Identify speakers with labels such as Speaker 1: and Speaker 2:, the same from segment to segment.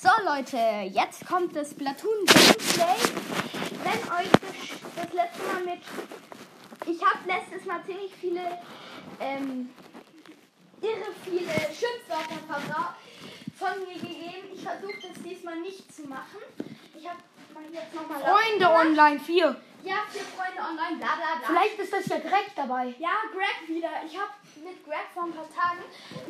Speaker 1: So Leute, jetzt kommt das Platoon Gameplay. Wenn euch das, das letzte Mal mit... Ich habe letztes Mal ziemlich viele... Ähm, irre viele Schimpfwörter verbra- von mir gegeben. Ich versuche das diesmal nicht zu machen. Ich habe jetzt nochmal...
Speaker 2: Freunde online 4.
Speaker 1: Ja, vier Freunde online, bla bla bla.
Speaker 2: Vielleicht ist das ja Greg dabei.
Speaker 1: Ja, Greg wieder. Ich habe mit Greg vor ein paar Tagen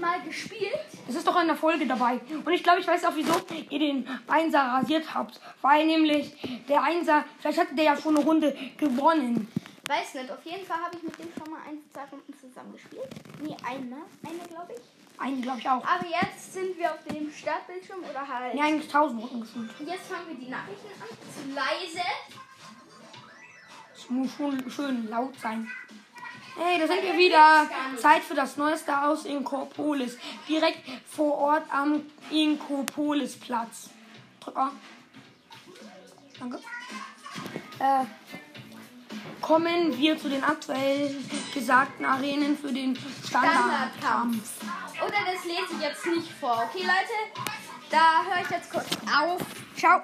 Speaker 1: mal gespielt.
Speaker 2: Es ist doch in der Folge dabei. Und ich glaube, ich weiß auch, wieso ihr den Einser rasiert habt. Weil nämlich der Einser, vielleicht hatte der ja schon eine Runde gewonnen.
Speaker 1: Weiß nicht, auf jeden Fall habe ich mit dem schon mal ein, zwei Runden zusammengespielt. Nee, einmal. Eine, glaube ich.
Speaker 2: Einen glaube ich auch.
Speaker 1: Aber jetzt sind wir auf dem Startbildschirm oder halt.
Speaker 2: Nee, eigentlich 1000 Runden gefühlt.
Speaker 1: Jetzt fangen wir die Nachrichten an. Zu leise.
Speaker 2: Es muss schon schön laut sein. Hey, da sind wir wieder. Zeit für das Neueste aus Inkopolis. Direkt vor Ort am Inkopolisplatz. Drück auf. Danke. Äh, kommen wir zu den aktuell gesagten Arenen für den Standardkampf.
Speaker 1: Standardkampf. Oder das lese ich jetzt nicht vor. Okay, Leute? Da höre ich jetzt kurz auf.
Speaker 2: Ciao.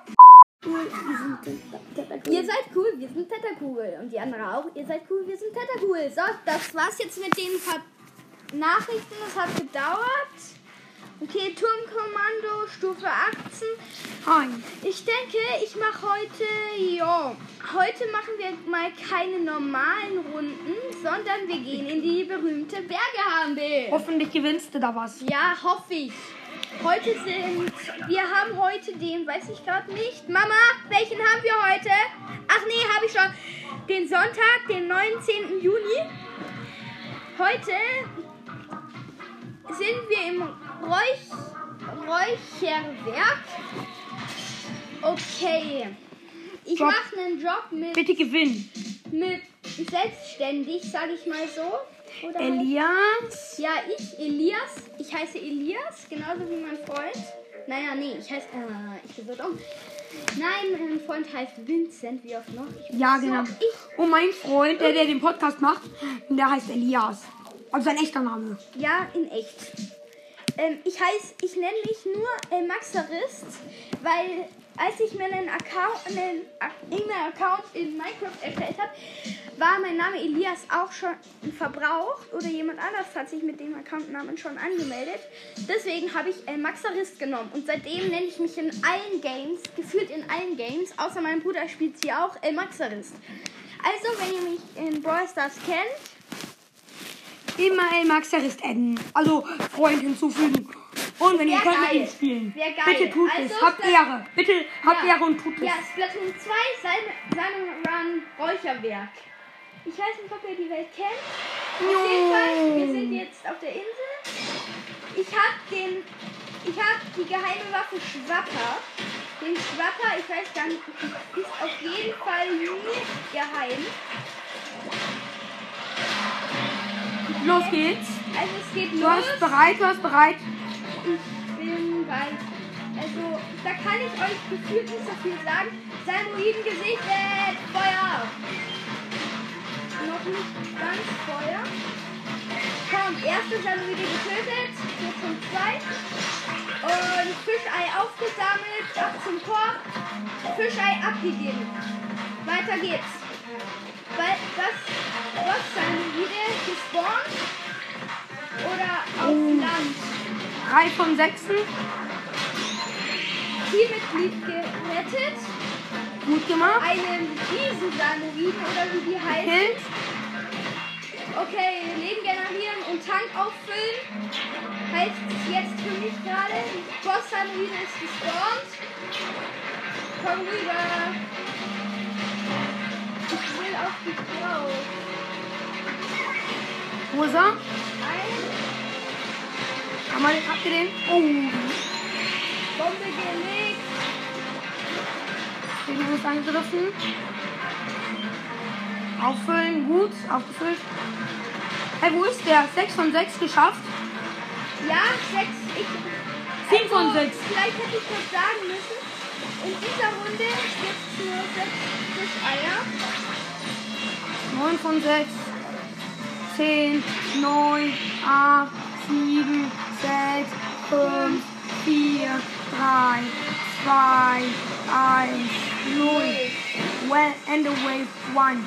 Speaker 1: Ihr seid cool, wir sind Tetterkugel. Und die andere auch. Ihr seid cool, wir sind Tetterkugel. So, das war's jetzt mit den paar Nachrichten. Das hat gedauert. Okay, Turmkommando, Stufe 18.
Speaker 2: Hi.
Speaker 1: Ich denke, ich mache heute, ja, heute machen wir mal keine normalen Runden, sondern wir gehen in die berühmte Bergehampel.
Speaker 2: Hoffentlich gewinnst du da was.
Speaker 1: Ja, hoffe ich. Heute sind, wir haben heute den, weiß ich gerade nicht. Mama, welchen haben wir heute? Ach nee, habe ich schon. Den Sonntag, den 19. Juni. Heute sind wir im Räuch, Räucherwerk. Okay. Ich
Speaker 2: Job.
Speaker 1: mache einen Job mit,
Speaker 2: Bitte gewinn.
Speaker 1: mit selbstständig, sage ich mal so. Oder halt-
Speaker 2: Elias.
Speaker 1: ja, ich, Elias. Ich heiße Elias, genauso wie mein Freund. Naja, nee, ich heiße. Äh, ich bin so dumm. Nein, mein Freund heißt Vincent, wie oft noch? Ich,
Speaker 2: Ja, genau.
Speaker 1: So, ich,
Speaker 2: Und mein Freund, der, der den Podcast macht, der heißt Elias. Also sein echter Name.
Speaker 1: ja, in echt. Ähm, ich heiße, ich nenne mich nur äh, Maxerist, weil als ich mir einen Account, einen Ac- irgendeinen Account in Minecraft erstellt habe, war mein Name Elias auch schon verbraucht oder jemand anders hat sich mit dem Accountnamen schon angemeldet. Deswegen habe ich äh, Maxerist genommen und seitdem nenne ich mich in allen Games, gefühlt in allen Games, außer mein Bruder spielt sie auch, äh, Maxerist. Also, wenn ihr mich in Brawl Stars kennt,
Speaker 2: Immer El Maxerist adden. Also Freund hinzufügen. Und wenn ihr
Speaker 1: Wär
Speaker 2: könnt mit
Speaker 1: geil.
Speaker 2: ihm spielen.
Speaker 1: Wär geil.
Speaker 2: Bitte tut
Speaker 1: Also,
Speaker 2: es. Habt
Speaker 1: dann-
Speaker 2: Ehre. Bitte habt
Speaker 1: Ja.
Speaker 2: Ehre und tut es.
Speaker 1: Ja, Splatoon 2, Salmon Salmon Run Räucherwerk. Ich weiß nicht, ob ihr die Welt kennt. Auf
Speaker 2: Jo.
Speaker 1: jeden Fall, wir sind jetzt auf der Insel. Ich hab den. Ich hab die geheime Waffe Schwapper. Den Schwapper, ich weiß gar nicht, ist auf jeden Fall nicht geheim.
Speaker 2: Los geht's.
Speaker 1: Also es geht
Speaker 2: Du
Speaker 1: los.
Speaker 2: hast bereit, du hast bereit.
Speaker 1: Ich bin weit. Also, da kann ich euch gefühlt nicht so viel sagen. Salmoiden gesichtet! Feuer! Noch nicht ganz Feuer. Komm, erste Salmoide getötet. Jetzt zum zweiten. Und Fischei aufgesammelt. Ab zum Korb. Fischei abgegeben. Weiter geht's. Weil das Boss Salmoide gespawnt. Oder auf
Speaker 2: Oh.
Speaker 1: Land.
Speaker 2: Drei von sechsen.
Speaker 1: Teammitglied gerettet.
Speaker 2: Gut gemacht.
Speaker 1: Einen Riesensanoiden oder wie die heißen.
Speaker 2: Kills.
Speaker 1: Okay, Leben generieren und Tank auffüllen. Heißt es jetzt für mich gerade. Boss-Sanoide ist gespawnt. Komm rüber. Ich will auf die Frau.
Speaker 2: Wo ist er?
Speaker 1: Ein
Speaker 2: Kann man den abgedehnt? Oh.
Speaker 1: Bombe gelegt.
Speaker 2: Den muss eingriffen. Auffüllen. Gut. Aufgefüllt. Hey, wo ist der? Sechs von sechs geschafft.
Speaker 1: Ja, sechs. Ich, Also,
Speaker 2: Sieben von sechs.
Speaker 1: Vielleicht hätte ich das sagen müssen. In dieser Runde gibt es nur sechs Fischeier.
Speaker 2: Neun von sechs. Zehn. Neun. Acht. Sieben. Sechs. Fünf. Vier. 3, 2, 1, 0. Well, and the wave 1.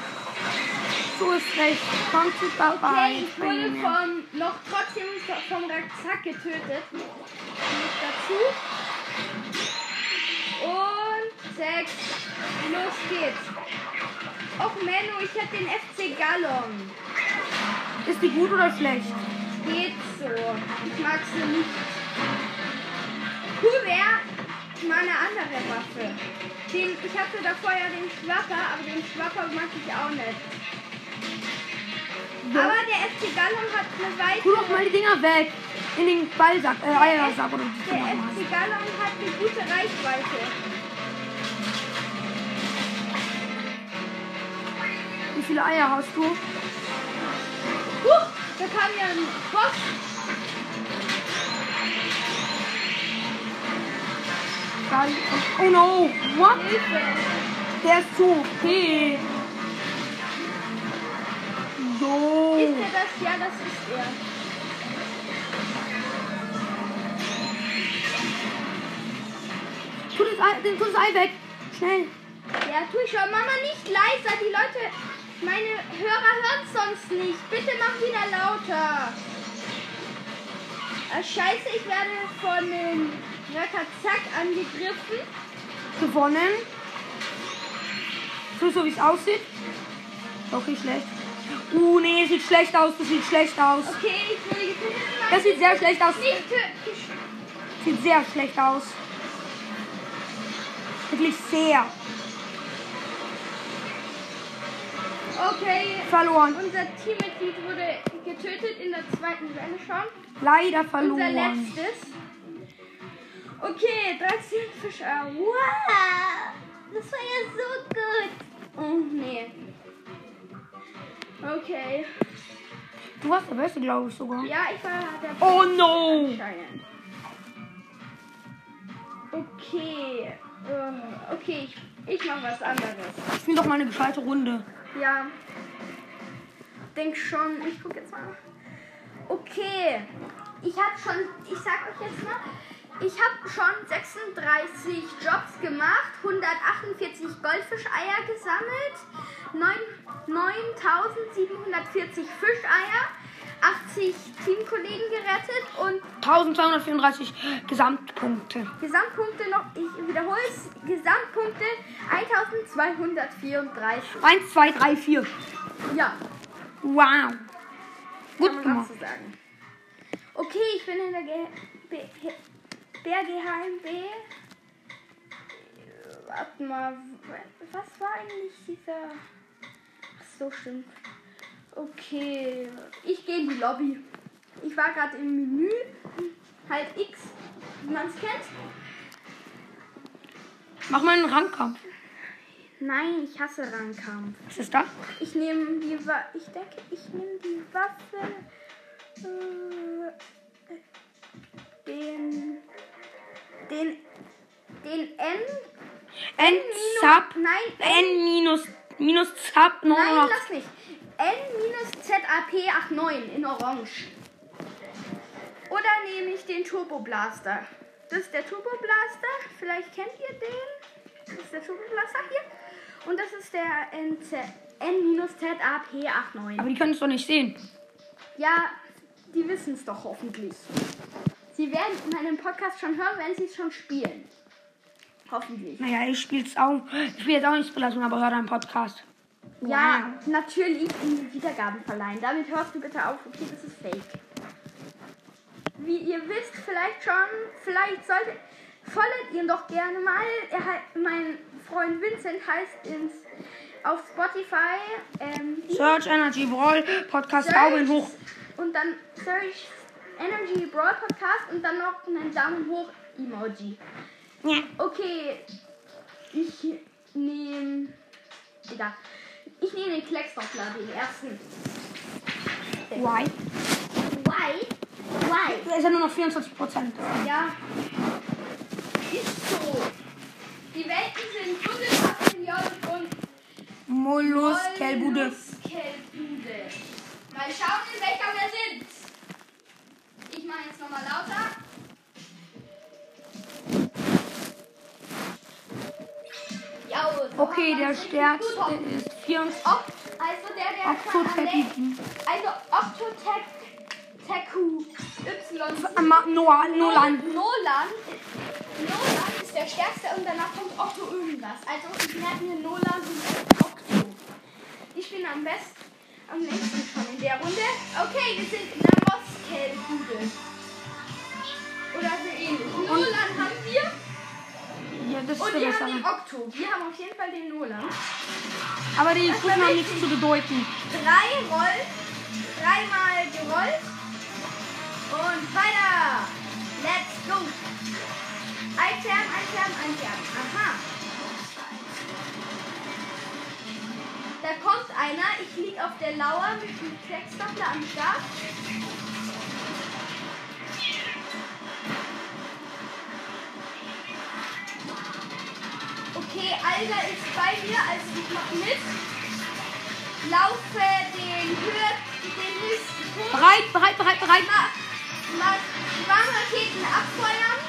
Speaker 2: So ist recht. Kommt zu
Speaker 1: Okay,
Speaker 2: dabei.
Speaker 1: ich wurde vom, noch trotzdem vom Rackzack getötet. Mit dazu. Und sechs. Los geht's. Och Menno, ich hab den FC Gallon.
Speaker 2: Ist die gut oder schlecht?
Speaker 1: Geht so. Ich mag sie nicht. Cool wäre mal eine andere Waffe. Den, ich hatte davor ja den Schwapper, aber den Schwapper mag ich auch nicht. Aber der FC Gallon hat eine
Speaker 2: Tu
Speaker 1: weitere.
Speaker 2: doch mal die Dinger weg. In den Ballsack, äh, Eiersack oder wie die
Speaker 1: Der
Speaker 2: Dinger heißen.
Speaker 1: FC Gallon hat eine gute Reichweite.
Speaker 2: Wie viele Eier hast du?
Speaker 1: Huch, da kam ja ein Boss.
Speaker 2: Drei. Oh no, what?
Speaker 1: Hilfe.
Speaker 2: Der ist zu OP.
Speaker 1: Ist
Speaker 2: So.
Speaker 1: er das? Ja, das ist er.
Speaker 2: Tu das Ei, den, tu das Ei weg. Schnell.
Speaker 1: Ja, tu ich schon. Mama, nicht leiser. Die Leute, meine Hörer hören sonst nicht. Bitte mach wieder lauter. Ah, scheiße, ich werde von dem Röckerzack angegriffen.
Speaker 2: Gewonnen. So, so wie es aussieht. Doch nicht schlecht. Uh, nee, sieht schlecht aus. Das sieht schlecht aus.
Speaker 1: Okay, ich will getötet werden.
Speaker 2: Das sieht sehr schlecht aus.
Speaker 1: Nicht töten.
Speaker 2: Sieht sehr schlecht aus. Wirklich sehr.
Speaker 1: Okay,
Speaker 2: Verloren.
Speaker 1: unser Teammitglied wurde getötet in der zweiten Welle schon.
Speaker 2: Leider
Speaker 1: Unser
Speaker 2: verloren.
Speaker 1: letztes. Okay, 13 Fischer. Wow! Das war ja so gut. Oh, nee. Okay.
Speaker 2: Du warst der Beste, glaube ich sogar.
Speaker 1: Ja, ich war der
Speaker 2: Oh no!
Speaker 1: Anscheinend. Okay. Äh, Okay, ich, ich mach was anderes.
Speaker 2: Spiel doch mal eine gescheite Runde.
Speaker 1: Ja. Denk schon. Ich guck jetzt mal. Okay. Ich habe schon, ich sag euch jetzt mal, ich habe schon 36 Jobs gemacht, 148 Goldfischeier gesammelt, neun- 9740 Fischeier, 80 Teamkollegen gerettet und
Speaker 2: 1234 Gesamtpunkte.
Speaker 1: Gesamtpunkte noch, ich wiederhole es, Gesamtpunkte 1234.
Speaker 2: 1, 2, 3, 4.
Speaker 1: Ja,
Speaker 2: Wow. Gut
Speaker 1: Kann man
Speaker 2: gemacht.
Speaker 1: dazu sagen. Okay, ich bin in der Ge B H BRGHMB. Äh, Warte mal, w- was war eigentlich dieser. Ach so, stimmt. Okay, ich gehe in die Lobby. Ich war gerade im Menü. Halt X, wie man es kennt.
Speaker 2: Mach mal einen Rangkampf.
Speaker 1: Nein, ich hasse Rangkampf.
Speaker 2: Was ist das?
Speaker 1: Ich nehme die Wa Ich denke, ich nehme die Waffe. Äh, den. Den. Den N.
Speaker 2: N
Speaker 1: minus-
Speaker 2: Sub.
Speaker 1: Nein, N.
Speaker 2: N minus. Minus Sub. No,
Speaker 1: Nein,
Speaker 2: no, no.
Speaker 1: lass mich. N-ZAP89 in Orange. Oder nehme ich den Turbo Blaster. Das ist der Turbo Blaster. Vielleicht kennt ihr den. Das ist der Turbo Blaster hier. Und das ist der NZ N-ZAP89.
Speaker 2: Aber die können es doch nicht sehen.
Speaker 1: Ja, die wissen es doch hoffentlich. Sie werden meinen Podcast schon hören, wenn sie es schon spielen. Hoffentlich.
Speaker 2: Naja, ich spiel's auch. Ich spiele jetzt auch nicht Splatoon, aber hör deinen Podcast.
Speaker 1: Ja, natürlich die Wiedergaben verleihen. Damit hörst du bitte auf. Okay, das ist fake. Wie ihr wisst, vielleicht schon, vielleicht sollte, folgt ihr doch gerne mal. Er, hat- mein Freund Vincent heißt ins, auf Spotify ähm,
Speaker 2: Search Energy Brawl Podcast
Speaker 1: Search
Speaker 2: Daumen hoch.
Speaker 1: Und dann Search Energy Brawl Podcast und dann noch einen Daumen hoch Emoji.
Speaker 2: Ja.
Speaker 1: Okay, ich nehme. Egal. Ich nehme den Kleckstoffler, den ersten.
Speaker 2: Why?
Speaker 1: Why? Why?
Speaker 2: Da ist ja nur noch 24 Prozent.
Speaker 1: Ja. Ist so. Die Welten sind Bundespassinion und
Speaker 2: Molus, Kellbude.
Speaker 1: Kelbude. Mal schauen, in welcher wir sind. Ich mache jetzt nochmal lauter. oh,
Speaker 2: Okay, der stärkste ist 24.
Speaker 1: Oct also der, der kann am längsten-
Speaker 2: Octotepi.
Speaker 1: Also Octotec Teku Y.
Speaker 2: Äh, Ma- Noah, Nolan.
Speaker 1: Nolan. Nolan ist der stärkste und danach kommt Otto irgendwas. Also ich merke mir Nolan und Otto. Ich bin am besten, am längsten schon in der Runde. Okay, wir sind in der Moskel-Bude. Oder so ähnlich. Nolan haben wir
Speaker 2: Ja, das ist
Speaker 1: und
Speaker 2: der
Speaker 1: wir haben den
Speaker 2: bessere.
Speaker 1: Okto. Wir haben auf jeden Fall den Nolan.
Speaker 2: Aber die
Speaker 1: Das war
Speaker 2: Kuchen haben
Speaker 1: wichtig.
Speaker 2: nichts zu bedeuten.
Speaker 1: Drei Roll. Dreimal gerollt. Und weiter. Let's go. Ein Stern, ein Stern, ein Stern. Aha. Da kommt einer. Ich lieg auf der Lauer mit dem Kleckstoffler am Start. Okay, Alter ist bei mir, also ich mach mit. Laufe den Hürden, den höchsten Punkt.
Speaker 2: Bereit, bereit, bereit, bereit.
Speaker 1: Ma- ma- Schwarmraketen abfeuern.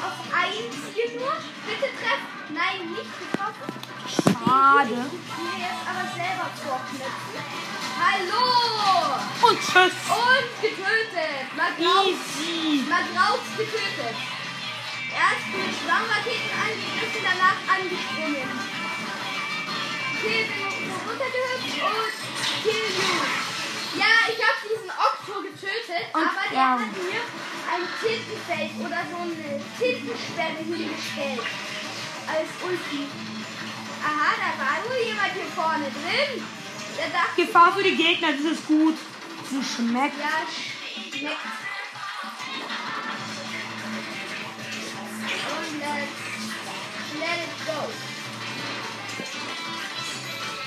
Speaker 1: Auf ein Ziel nur. Bitte treffen. Nein, nicht getroffen.
Speaker 2: Schade.
Speaker 1: Den will Ich mir jetzt aber selber vorknüpfen. Hallo!
Speaker 2: Und tschüss.
Speaker 1: Und getötet. Mal drauf.
Speaker 2: Easy.
Speaker 1: Mal drauf getötet. Erst mit Schwarmraketen angegriffen, danach angesprungen. Kill you runtergehüpft und Kill you. Ja, ich habe diesen Okto getötet,
Speaker 2: Und
Speaker 1: aber der
Speaker 2: ja.
Speaker 1: hat mir ein Tintenfeld oder so eine Tintensperre hingestellt. Als Ulti. Aha, da war wohl jemand hier vorne drin. Der dachte,
Speaker 2: Gefahr für die Gegner, das ist gut. Sie schmeckt.
Speaker 1: ja, schmeckt. Und let's let it go.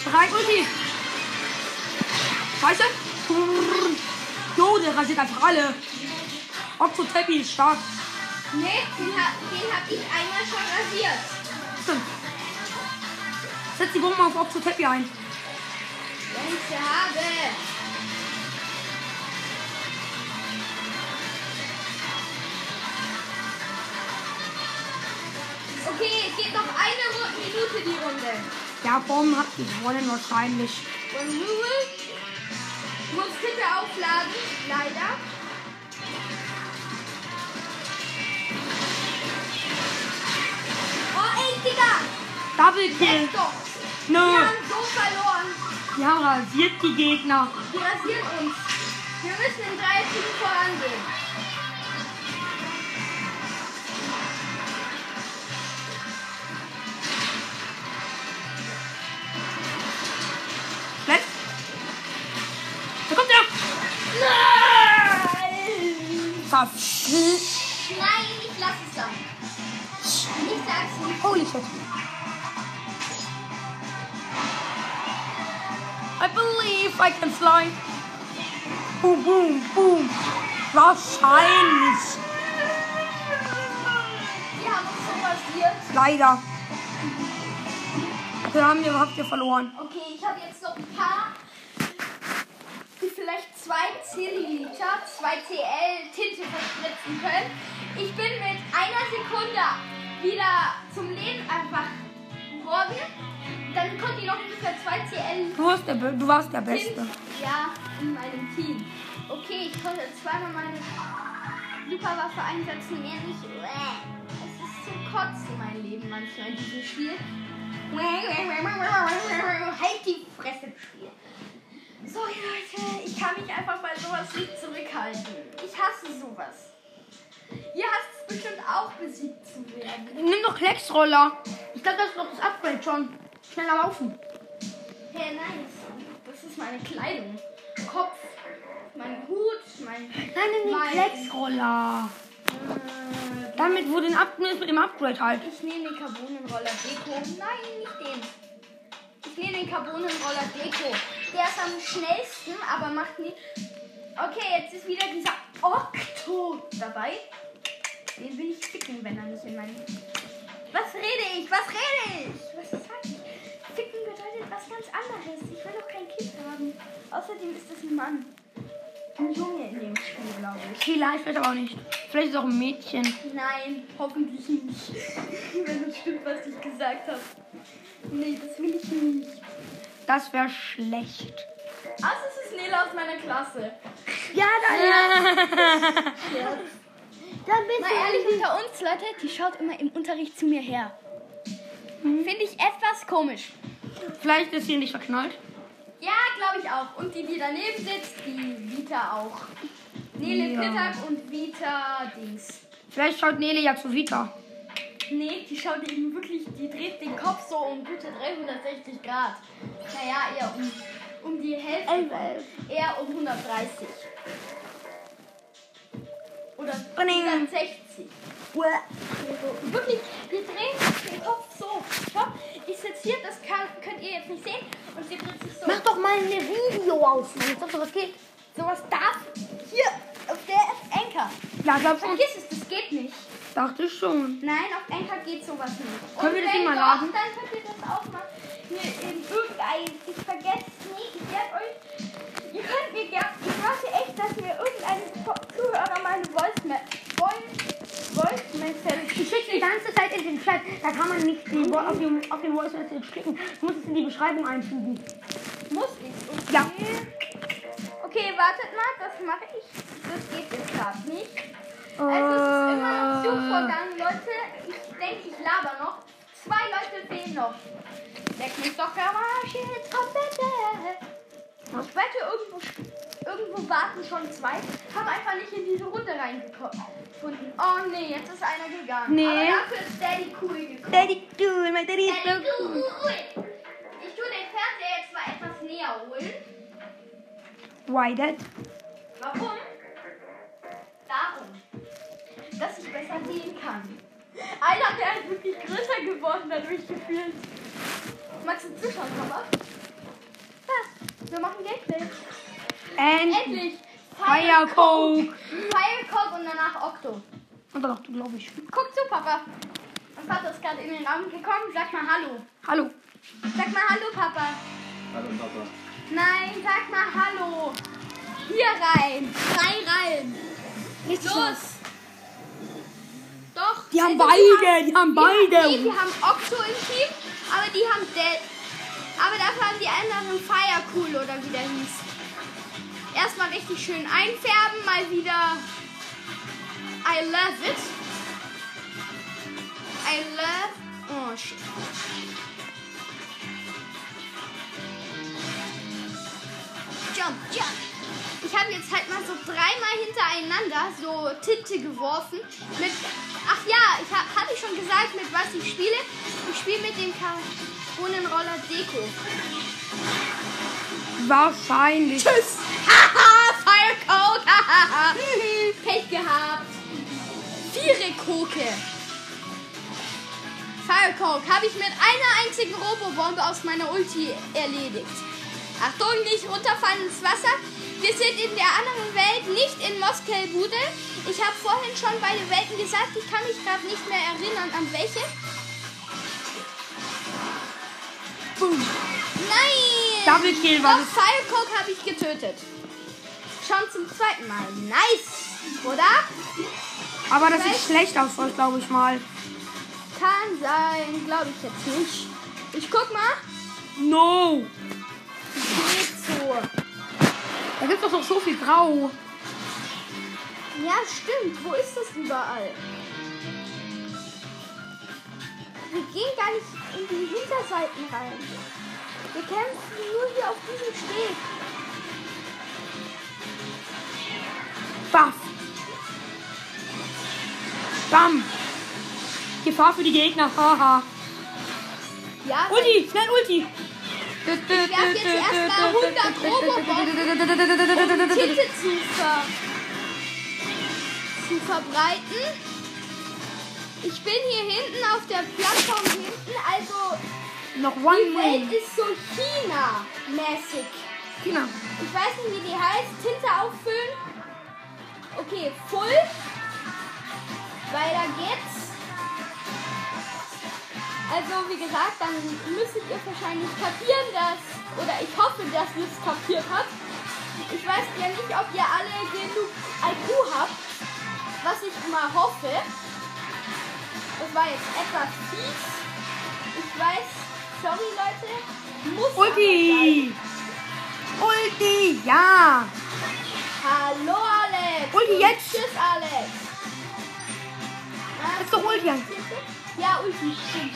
Speaker 2: Bereit, Ulti. Scheiße. Brrr. Jo, der rasiert einfach alle. Octoteppi ist stark.
Speaker 1: Nee, den hab, den hab ich einmal schon rasiert.
Speaker 2: Stimmt. Setz die Bombe auf Octoteppi ein.
Speaker 1: Wenn ich sie habe. Okay, es geht noch eine Ru- Minute die Runde.
Speaker 2: Ja, Bomben hat gewonnen wahrscheinlich.
Speaker 1: Und Lulu muss bitte aufladen, leider. Oh, ey, Digga!
Speaker 2: Double Kill.
Speaker 1: Leck doch!
Speaker 2: Nö.
Speaker 1: Wir haben so verloren.
Speaker 2: Die haben rasiert die Gegner.
Speaker 1: Die rasieren uns. Wir müssen in drei Zügen vorangehen.
Speaker 2: Let's. Da kommt er.
Speaker 1: Nein!
Speaker 2: Versch-
Speaker 1: Nein, ich lass es dann. Ich sag's nicht.
Speaker 2: Holy shit. I believe I can fly. Boom, boom, boom. Wahrscheinlich.
Speaker 1: Die haben uns so rasiert.
Speaker 2: Leider. Wir haben ihr habt ihr verloren.
Speaker 1: Okay, ich habe jetzt noch ein paar. Vielleicht zwei Zilliliter, zwei TL Tinte verspritzen können. Ich bin mit einer Sekunde wieder zum Leben einfach geworden. Dann konnte ich noch ungefähr zwei TL
Speaker 2: Du warst der, Be- du warst der Beste.
Speaker 1: Ja, in meinem Team. Okay, ich konnte zweimal meine Superwaffe einsetzen, mehr nicht. Es ist zum Kotzen, mein Leben manchmal in diesem Spiel. Halt die Fresse im Spiel. Sorry Leute, ich kann mich einfach bei sowas nicht zurückhalten. Ich hasse sowas. Ihr hasst es bestimmt auch besiegt zu werden.
Speaker 2: Nimm doch Klecksroller. Ich glaube, das ist doch das Upgrade schon. Schneller laufen.
Speaker 1: Hey, nice. Das ist meine Kleidung. Kopf, mein Hut, mein.
Speaker 2: Nein, nimm den
Speaker 1: Nein.
Speaker 2: Klecksroller.
Speaker 1: Äh,
Speaker 2: Damit wurde ein Up mit dem Upgrade halt.
Speaker 1: Ich nehme den Carbonenroller Deko. Nein, nicht den. Ich nehme den Carbonenroller Deko. Der ist am schnellsten, aber macht nie. Okay, jetzt ist wieder dieser Okto dabei. Den will ich ficken, wenn er nicht in meinem. Was rede ich? Was rede ich? Was sag ich? Ficken bedeutet was ganz anderes. Ich will doch kein Kind haben. Außerdem ist es ein Mann. ein Junge in dem Spiel, glaube ich.
Speaker 2: Vielleicht, vielleicht aber auch nicht. Vielleicht ist es auch ein Mädchen.
Speaker 1: Nein, hoffentlich nicht. Wenn das stimmt, was ich gesagt habe. Nee, das will ich nicht.
Speaker 2: Das wäre schlecht.
Speaker 1: Also es ist Nela aus meiner Klasse.
Speaker 2: Ja, dann.
Speaker 3: Dann bist
Speaker 4: Mal
Speaker 3: du
Speaker 4: ehrlich unter uns, Leute, die schaut immer im Unterricht zu mir her. Finde ich etwas komisch.
Speaker 2: vielleicht ist sie nicht verknallt.
Speaker 1: Ja, glaube ich auch. Und die, die daneben sitzt, die Vita auch. Nele
Speaker 2: Ja.
Speaker 1: Pittag und Vita Dings.
Speaker 2: Vielleicht schaut Nele ja zu Vita.
Speaker 1: Nee, die schaut eben wirklich, die dreht den Kopf so um gute 360 Grad. Naja, eher um, um die Hälfte.
Speaker 3: elf, elf.
Speaker 1: Eher um 130. Oder
Speaker 2: Bring.
Speaker 1: 160. Also wirklich, wir drehen den Kopf so. Schau, ich sitze hier, das kann, könnt ihr jetzt nicht sehen. Und sie dreht sich so.
Speaker 3: Mach doch mal eine Videoaufnahme, ob sowas geht.
Speaker 1: Sowas darf hier auf der App Anchor.
Speaker 2: Ja, glaub schon.
Speaker 1: Vergiss es, das geht nicht.
Speaker 2: Dachte schon.
Speaker 1: Nein, auf Anchor geht sowas nicht.
Speaker 2: Können wir das
Speaker 1: wenn
Speaker 2: nicht mal
Speaker 1: doch,
Speaker 2: laden?
Speaker 1: Dann könnt ihr das auch mal hier in irgendein. Ich vergesse es nie, ich werde euch. Ihr könnt mir gerne. Ich warte echt, dass mir irgendein Vo- Zuhörer mal eine Voice Ma- Voice Voice Message.
Speaker 2: Ich schicke die ganze Zeit in den Chat. Da kann man nicht die Vo- auf, den, auf den Voice Message klicken. Du musst es in die Beschreibung einfügen.
Speaker 1: Muss ich. Okay.
Speaker 2: Ja.
Speaker 1: Okay, wartet mal, das mache ich. Das geht jetzt gerade nicht. Also es ist immer noch
Speaker 2: Ah. Äh.
Speaker 1: Suchvorgang, Leute. Ich denke, ich laber noch. Zwei Leute fehlen noch. Leck mich doch der Arsch in die Trompete. Ich wette, irgendwo, irgendwo warten schon zwei. Haben einfach nicht in diese Runde reingefunden. Oh nee, jetzt ist einer gegangen.
Speaker 2: Nee.
Speaker 1: Aber dafür ist Daddy cool gekommen.
Speaker 2: Daddy cool, mein Daddy
Speaker 1: Daddy cool. Ich tue den Fernseher jetzt mal etwas näher holen.
Speaker 2: Why that?
Speaker 1: Warum? Darum, dass ich besser sehen kann. Einer, der ist wirklich größer geworden dadurch gefühlt. Magst du zuschauen, Papa? Ha, wir machen Gameplay.
Speaker 2: And
Speaker 1: Endlich!
Speaker 2: Fire Coke.
Speaker 1: Firecock und danach Octo.
Speaker 2: Und dann auch du, glaube ich.
Speaker 1: Guck zu, Papa. Mein Vater ist gerade in den Raum gekommen. Sag mal Hallo.
Speaker 2: Hallo.
Speaker 1: Sag mal Hallo, Papa.
Speaker 5: Hallo Papa.
Speaker 1: Nein, sag mal Hallo. Hier rein. Frei rein. Los. Doch.
Speaker 2: Die haben
Speaker 1: also
Speaker 2: beide, die haben
Speaker 1: Die haben, nee,
Speaker 2: beide.
Speaker 1: die haben Octo im Team, aber die haben Del. Aber dafür haben die anderen Fire Cool oder wie der hieß. Erstmal richtig schön einfärben, mal wieder. I love it. I love. Oh shit. Jump, jump. Ich habe jetzt halt mal so dreimal hintereinander so Tinte geworfen. Mit, ach ja, ich hab, hatte ich schon gesagt, mit was ich spiele. Ich spiele mit dem Kanonenroller Deko.
Speaker 2: Wahrscheinlich.
Speaker 1: Tschüss. Haha, Firecoke. Hahaha. Pech gehabt. Viere Koke. Firecoke habe ich mit einer einzigen Robobombe aus meiner Ulti erledigt. Achtung, nicht runterfallen ins Wasser. Wir sind in der anderen Welt, nicht in Moskau-Bude. Ich habe vorhin schon beide Welten gesagt. Ich kann mich gerade nicht mehr erinnern, an welche. Boom. Nein!
Speaker 2: Double Kill war
Speaker 1: Doch, Firecoke habe ich getötet. Schon zum zweiten Mal. Nice, oder?
Speaker 2: das. Aber das sieht schlecht aus, glaube ich mal.
Speaker 1: Kann sein, glaube ich jetzt nicht. Ich guck mal.
Speaker 2: No.
Speaker 1: Geht so.
Speaker 2: Da gibt es doch noch so viel Grau.
Speaker 1: Ja, stimmt. Wo ist das überall? Wir gehen gar nicht in die Hinterseiten rein. Wir kämpfen nur hier auf diesem Steg.
Speaker 2: Baff. Bam. Gefahr für die Gegner. Haha.
Speaker 1: Ja,
Speaker 2: Ulti, schnell Ulti.
Speaker 1: werf jetzt erst mal 100 Tinte zu, ver zu verbreiten. Ich bin hier hinten auf der Plattform hinten, also
Speaker 2: Noch
Speaker 1: die Welt
Speaker 2: one.
Speaker 1: ist so China-mäßig.
Speaker 2: Genau.
Speaker 1: Ich weiß nicht, wie die heißt. Tinte auffüllen. Okay, full. Weiter geht's. Also, wie gesagt, dann müsstet ihr wahrscheinlich kapieren, dass, oder ich hoffe, dass ihr es kapiert habt, Ich weiß ja nicht, ob ihr alle genug IQ habt, was ich mal hoffe. Das war jetzt etwas fies. Ich weiß, sorry Leute. Muss aber sein.
Speaker 2: Ulti! Ulti, ja!
Speaker 1: Hallo Alex.
Speaker 2: Ulti, jetzt.
Speaker 1: Tschüss Alex.
Speaker 2: Ist doch Ulti.
Speaker 1: Ja, Ulti, stimmt.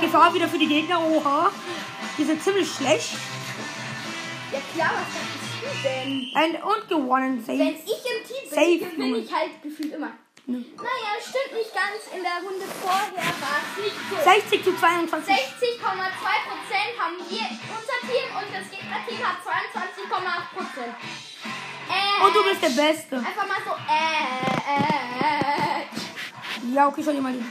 Speaker 2: Gefahr wieder für die Gegner, oha. Die sind ziemlich schlecht.
Speaker 1: Ja klar, was sagst du denn?
Speaker 2: Und, und gewonnen,
Speaker 1: Wenn
Speaker 2: safe.
Speaker 1: ich im Team bin,
Speaker 2: Safe,
Speaker 1: gewinne
Speaker 2: Junge. Hm.
Speaker 1: ich halt gefühlt immer. Naja, stimmt nicht ganz. In der Runde vorher war es nicht so.
Speaker 2: 60 zu 22.
Speaker 1: 60,2% haben wir unser Team und das Gegnerteam hat 22,8%. Äh,
Speaker 2: Und du bist der Beste.
Speaker 1: Einfach mal so, äh, äh, äh.
Speaker 2: Ja, okay, schau dir mal die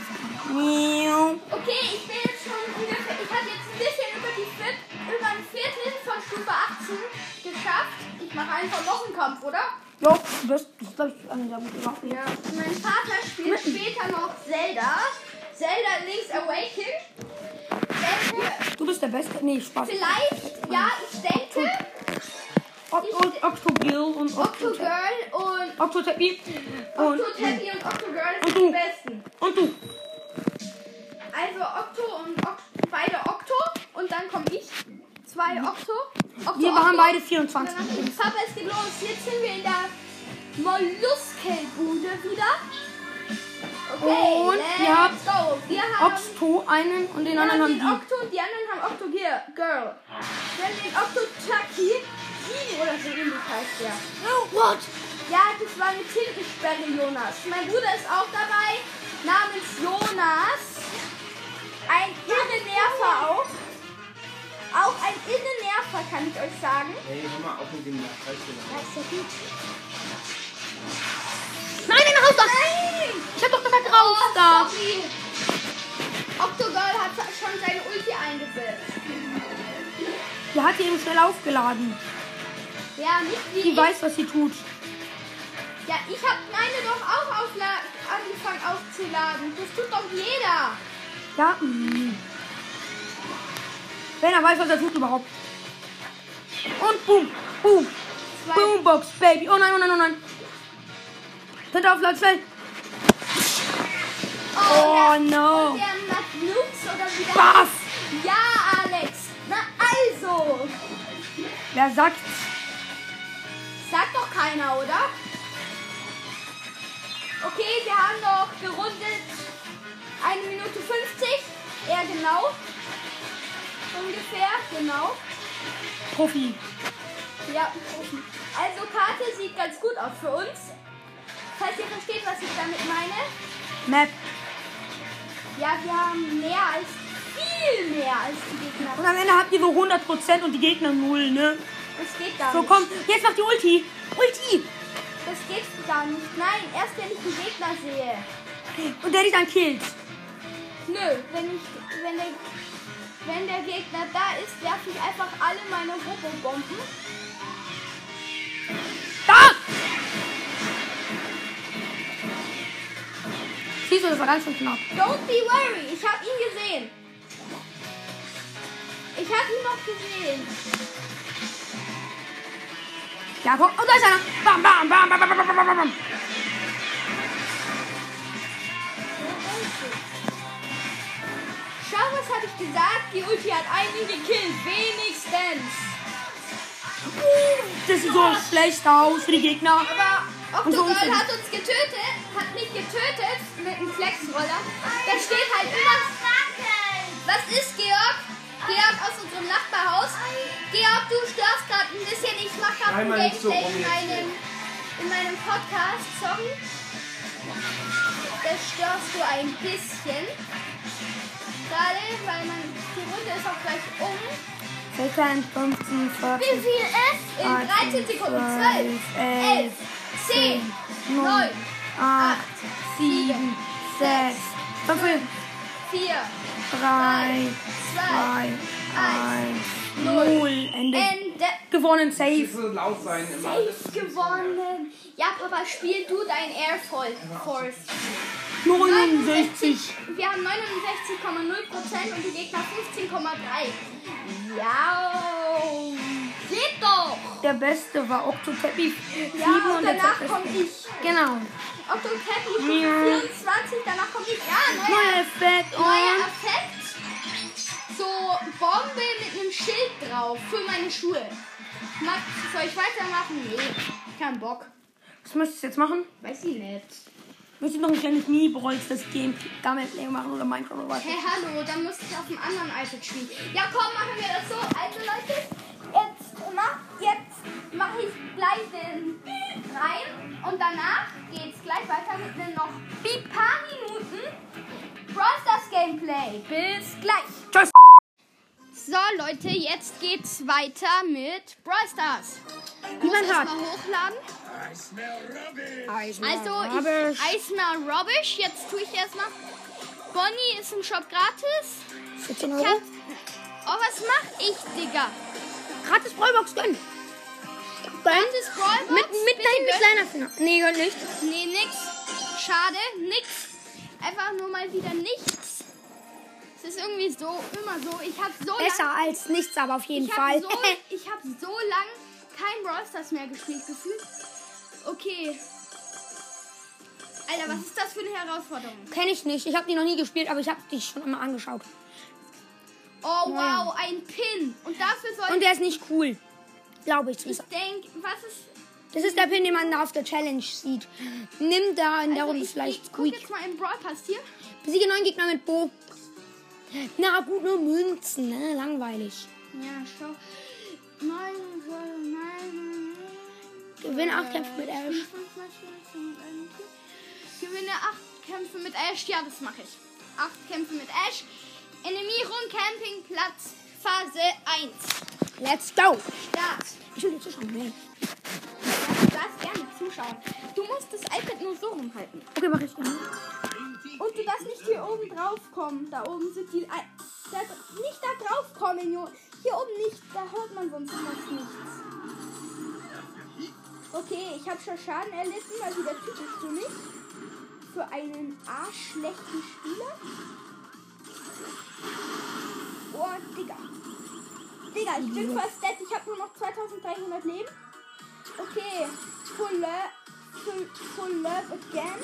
Speaker 2: Miau.
Speaker 1: Okay, ich bin jetzt schon ungefähr, ich habe jetzt ein bisschen über die Fit, über ein Viertel von Stufe 18 geschafft. Ich mache einfach noch einen Kampf, oder?
Speaker 2: Jo, du bist, das glaube ich, an der guten Waffe.
Speaker 1: Ja. Mein Vater spielt später noch Zelda. Zelda Link's Awakening. Denke,
Speaker 2: Du bist der Beste. Nee, Spaß.
Speaker 1: vielleicht, ja, ich denke,
Speaker 2: Oct- und Octogirl und Octogirl.
Speaker 1: Octogirl und
Speaker 2: Octotappy. Und, Mhm.
Speaker 1: Octotappy und Octogirl
Speaker 2: Und
Speaker 1: sind
Speaker 2: du.
Speaker 1: die besten.
Speaker 2: und du.
Speaker 1: Also Octo und Oct beide Octo und dann komm ich. Zwei Octo. Octo
Speaker 2: Wir waren
Speaker 1: Octo.
Speaker 2: beide
Speaker 1: Und
Speaker 2: 24.
Speaker 1: dann mach ich- Papa, es geht los. Jetzt sind wir in der Molluskelbude wieder. Okay,
Speaker 2: Und
Speaker 1: let's
Speaker 2: ihr habt
Speaker 1: go. Wir haben
Speaker 2: Obsto einen und den
Speaker 1: Wir haben
Speaker 2: anderen
Speaker 1: den
Speaker 2: haben
Speaker 1: Octo und die anderen haben Octo Gear, Girl. Wir haben den Octo Chucky, Genie oder so ähnlich heißt der.
Speaker 3: Oh Gott!
Speaker 1: Ja, das war eine Tintensperre, Jonas. Mein Bruder ist auch dabei, namens Jonas. Ein Innennerver auch. Auch ein Innennerver, kann ich euch sagen.
Speaker 5: Hey, hör mal auf mit dem Nachhaltigkeit.
Speaker 1: Das ist ja gut.
Speaker 3: Nein, nein, raus da!
Speaker 1: Nein!
Speaker 3: Ich hab doch gesagt, raus
Speaker 1: Oh,
Speaker 3: da!
Speaker 1: sorry. Octogirl hat schon seine Ulti eingesetzt.
Speaker 2: die. Die hat die eben schnell aufgeladen.
Speaker 1: Ja, nicht wie
Speaker 2: Die
Speaker 1: ich.
Speaker 2: weiß, was sie tut.
Speaker 1: Ja, ich hab meine doch auch aufla- angefangen aufzuladen. Das tut doch jeder.
Speaker 2: Ja. mm. Wenn er weiß, was er tut überhaupt. Und boom, boom,
Speaker 1: Zwei.
Speaker 2: boombox, baby. Oh nein, oh nein, oh nein. Sind auf Platz schnell. Oh
Speaker 1: der,
Speaker 2: no.
Speaker 1: Der Magnus oder wie der
Speaker 2: Baff.
Speaker 1: Ja, Alex. Na also.
Speaker 2: Wer sagt?
Speaker 1: Sagt doch keiner, oder? Okay, wir haben doch gerundet. Eine Minute 50. Ja, genau. Ungefähr, genau.
Speaker 2: Profi.
Speaker 1: Ja, also Karte sieht ganz gut aus für uns. Falls ihr versteht, was ich damit meine.
Speaker 2: Map.
Speaker 1: Ja, wir haben mehr als viel mehr als die
Speaker 2: Und
Speaker 1: Gegner.
Speaker 2: am Ende habt ihr so 100% und die Gegner null, ne?
Speaker 1: Das geht gar
Speaker 2: So,
Speaker 1: nicht.
Speaker 2: komm, jetzt macht die Ulti. Ulti.
Speaker 1: Das geht gar nicht. Nein, erst wenn ich die Gegner sehe.
Speaker 2: Und der dich dann killt.
Speaker 1: Nö, wenn ich wenn der wenn der Gegner da ist, werfe ich einfach alle meine Robobomben.
Speaker 2: Da! Siehst du, das war ganz schön knapp.
Speaker 1: Don't be worried, ich habe ihn gesehen. Ich habe ihn noch gesehen.
Speaker 2: Ja, komm. Oh, da ist einer. Bam, bam, bam, bam, bam, bam, bam, bam, bam.
Speaker 1: Schau, was habe ich gesagt? Die Ulti hat einen gekillt. Wenigstens.
Speaker 2: Das sieht so schlecht aus für die Gegner.
Speaker 1: Aber
Speaker 2: Und so
Speaker 1: Octogirl
Speaker 2: unfair.
Speaker 1: hat uns getötet. Hat nicht getötet mit einem Flexroller. Da steht halt immer... Was ist, Georg? Georg aus unserem Nachbarhaus. Georg, du störst gerade ein bisschen. Ich mache gerade ein
Speaker 5: Einmal nicht so
Speaker 1: Gameplay in
Speaker 5: rum jetzt,
Speaker 1: meinem, in meinem Podcast. Sorry. Da störst du ein bisschen. Gerade, weil man, die Runde ist auch gleich um.
Speaker 2: 14, 15, 14.
Speaker 1: Wie viel ist? In 13 Sekunden. 12, 11, 10, 9,
Speaker 2: 8, 7, 6, 5,
Speaker 1: 4,
Speaker 2: 3,
Speaker 1: 2,
Speaker 2: 2, 1,
Speaker 1: Null.
Speaker 2: 0. Ende.
Speaker 1: Ende. Der
Speaker 2: Gewonnen, safe.
Speaker 5: Nicht so laut sein immer.
Speaker 1: Ace gewonnen. Ja, Papa, spiel du dein Air Fol- Force.
Speaker 2: 69.
Speaker 1: Wir haben 69,0% und die Gegner 15,3%. Ja, geht doch.
Speaker 2: Der beste war Octoteppich.
Speaker 1: Ja, und danach komme ich.
Speaker 2: Genau.
Speaker 1: Otto Teppi
Speaker 2: Ja.
Speaker 1: 24, danach komme ich. Ja, neuer,
Speaker 2: Neuer Effekt
Speaker 1: neuer
Speaker 2: und
Speaker 1: Effekt. So, Bombe mit einem Schild drauf für meine Schuhe. Max, soll ich weitermachen? Nee, kein Bock.
Speaker 2: was möchtest du jetzt machen?
Speaker 1: Weiß ich nicht.
Speaker 2: Möchtest du noch ein kleines Mini-Brawls, das Game Gameplay machen oder Minecraft oder was?
Speaker 1: Hey, hallo, dann muss ich auf dem anderen iPad spielen. Ja, komm, machen wir das so. Also, Leute, jetzt mach, jetzt mache ich gleich den Beep rein und danach geht's gleich weiter mit den noch Beep paar Minuten Brawl Stars Gameplay. Bis gleich.
Speaker 2: Tschüss.
Speaker 1: So, Leute, jetzt geht's weiter mit Brawl Stars. Muss
Speaker 2: man hört.
Speaker 1: erstmal hochladen. Also, ich, Eisner Rubbish. Jetzt tue ich erstmal. Bonnie ist im Shop gratis.
Speaker 2: 14
Speaker 1: Ich
Speaker 2: Euro.
Speaker 1: hab, oh, was mach ich, Digga?
Speaker 2: Gratis Brawlbox gönnen.
Speaker 1: Gratis Brawlbox?
Speaker 2: Mit, mit
Speaker 1: Bitte
Speaker 2: dahin mit
Speaker 1: gönn-
Speaker 2: kleiner Finger. Nee, gönn nicht.
Speaker 1: Nee, nix. Schade, nix. Einfach nur mal wieder nichts. Es ist irgendwie so, immer so. Ich hab so
Speaker 2: Besser als nichts, aber auf jeden
Speaker 1: Ich
Speaker 2: Fall.
Speaker 1: habe so, ich hab so lang kein Brawl Stars mehr gespielt gefühlt. Okay. Alter, was ist das für eine Herausforderung?
Speaker 2: Kenne ich nicht. Ich habe die noch nie gespielt, aber ich habe die schon immer angeschaut.
Speaker 1: Oh wow, ein Pin. Und dafür soll
Speaker 2: Und der ist nicht cool. Glaube ich
Speaker 1: ich
Speaker 2: zumindest.
Speaker 1: denke, was ist.
Speaker 2: Das ist der Pin, den man da auf der Challenge sieht. Nimm da in der Runde
Speaker 1: Also ich
Speaker 2: vielleicht
Speaker 1: guck
Speaker 2: Squeak.
Speaker 1: jetzt mal im Brawl Pass hier.
Speaker 2: Besiege neun Gegner mit Bo. Na gut, nur Münzen, ne? Langweilig.
Speaker 1: Ja, schau. Neun, neun, neun.
Speaker 2: Gewinne acht Kämpfe mit Ash.
Speaker 1: fünf Mal Schmerzen mit einem Team. Gewinne acht Kämpfe mit Ash. Ja, das mache ich. Acht Kämpfe mit Ash. Enemierung Campingplatz Phase 1.
Speaker 2: Let's go!
Speaker 1: Start.
Speaker 2: Ich will dir zuschauen. Nee.
Speaker 1: Du darfst gerne zuschauen. Du musst das iPad nur so rumhalten.
Speaker 2: Okay, mach ich.
Speaker 1: Und du darfst nicht hier oben drauf kommen. Da oben sind die. Ei- Da, nicht da drauf kommen, Junge. Hier oben nicht. Da hört man sonst fast nichts. Okay, ich habe schon Schaden erlitten, weil wieder typisch für mich. Für einen arschlechten Spieler. Oh, Digga. Digga, ich bin fast dead. Ich habe nur noch 2300 Leben. Okay, full up. Full, full up again.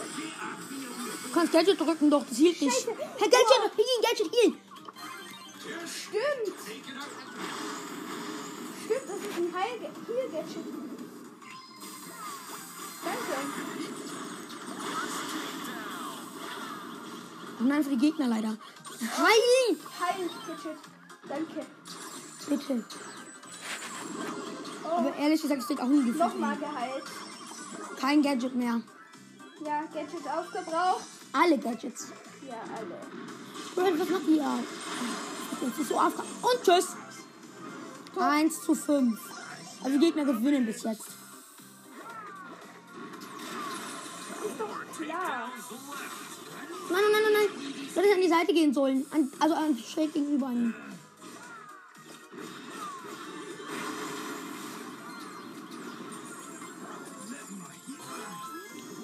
Speaker 2: Du kannst Gadget drücken, doch das hielt nicht.
Speaker 1: Scheiße.
Speaker 2: Herr Gadget, heal, Gadget, heal!
Speaker 1: Stimmt. Stimmt, das ist ein Heil Heal Gadget. Danke.
Speaker 2: Und nein, für die Gegner leider. Heil!
Speaker 1: Heil Gadget. Danke.
Speaker 2: Bitte.
Speaker 1: Oh,
Speaker 2: Aber ehrlich gesagt, es steht auch nie gefühlt.
Speaker 1: nochmal geheilt.
Speaker 2: Kein Gadget mehr.
Speaker 1: Ja, Gadget aufgebraucht.
Speaker 2: Alle Gadgets.
Speaker 1: Ja, alle.
Speaker 2: Bro, was macht ihr? Das ist so einfach. Und tschüss. 1 zu 5. Also die Gegner gewinnen bis jetzt.
Speaker 1: Ist doch klar.
Speaker 2: Nein, nein, nein, nein, nein. Du hättest an die Seite gehen sollen. An, also an, schräg gegenüber an. ihn.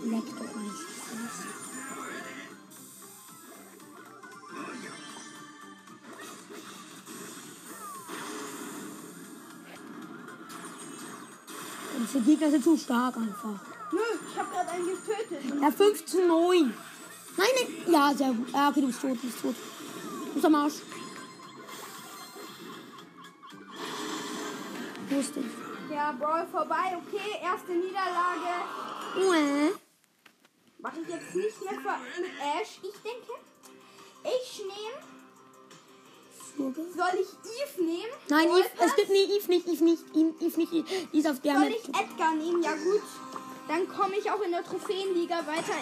Speaker 2: Leck doch mal. Und Die Gegner sind zu stark einfach.
Speaker 1: Nö, ich hab gerade einen getötet.
Speaker 2: Ja, 5 zu 9. Nein, nein. Ja, sehr gut. Ja, okay, du bist tot, du bist tot. Du bist am Arsch. Wusste ich.
Speaker 1: Ja, Brawl vorbei. Okay, erste Niederlage.
Speaker 2: Uäh.
Speaker 1: Mache ich jetzt nicht mehr für- mit Ash, ich denke. Ich nehme.
Speaker 2: Schurke.
Speaker 1: Soll ich Eve nehmen?
Speaker 2: Nein,
Speaker 1: Brawl
Speaker 2: Eve, es
Speaker 1: Pass?
Speaker 2: gibt nie Eve nicht, Eve nicht, Eve, Eve nicht, Eve. Die ist auf der
Speaker 1: Soll
Speaker 2: Map.
Speaker 1: ich Edgar nehmen? Ja gut. Dann komme ich auch in der Trophäenliga weiter.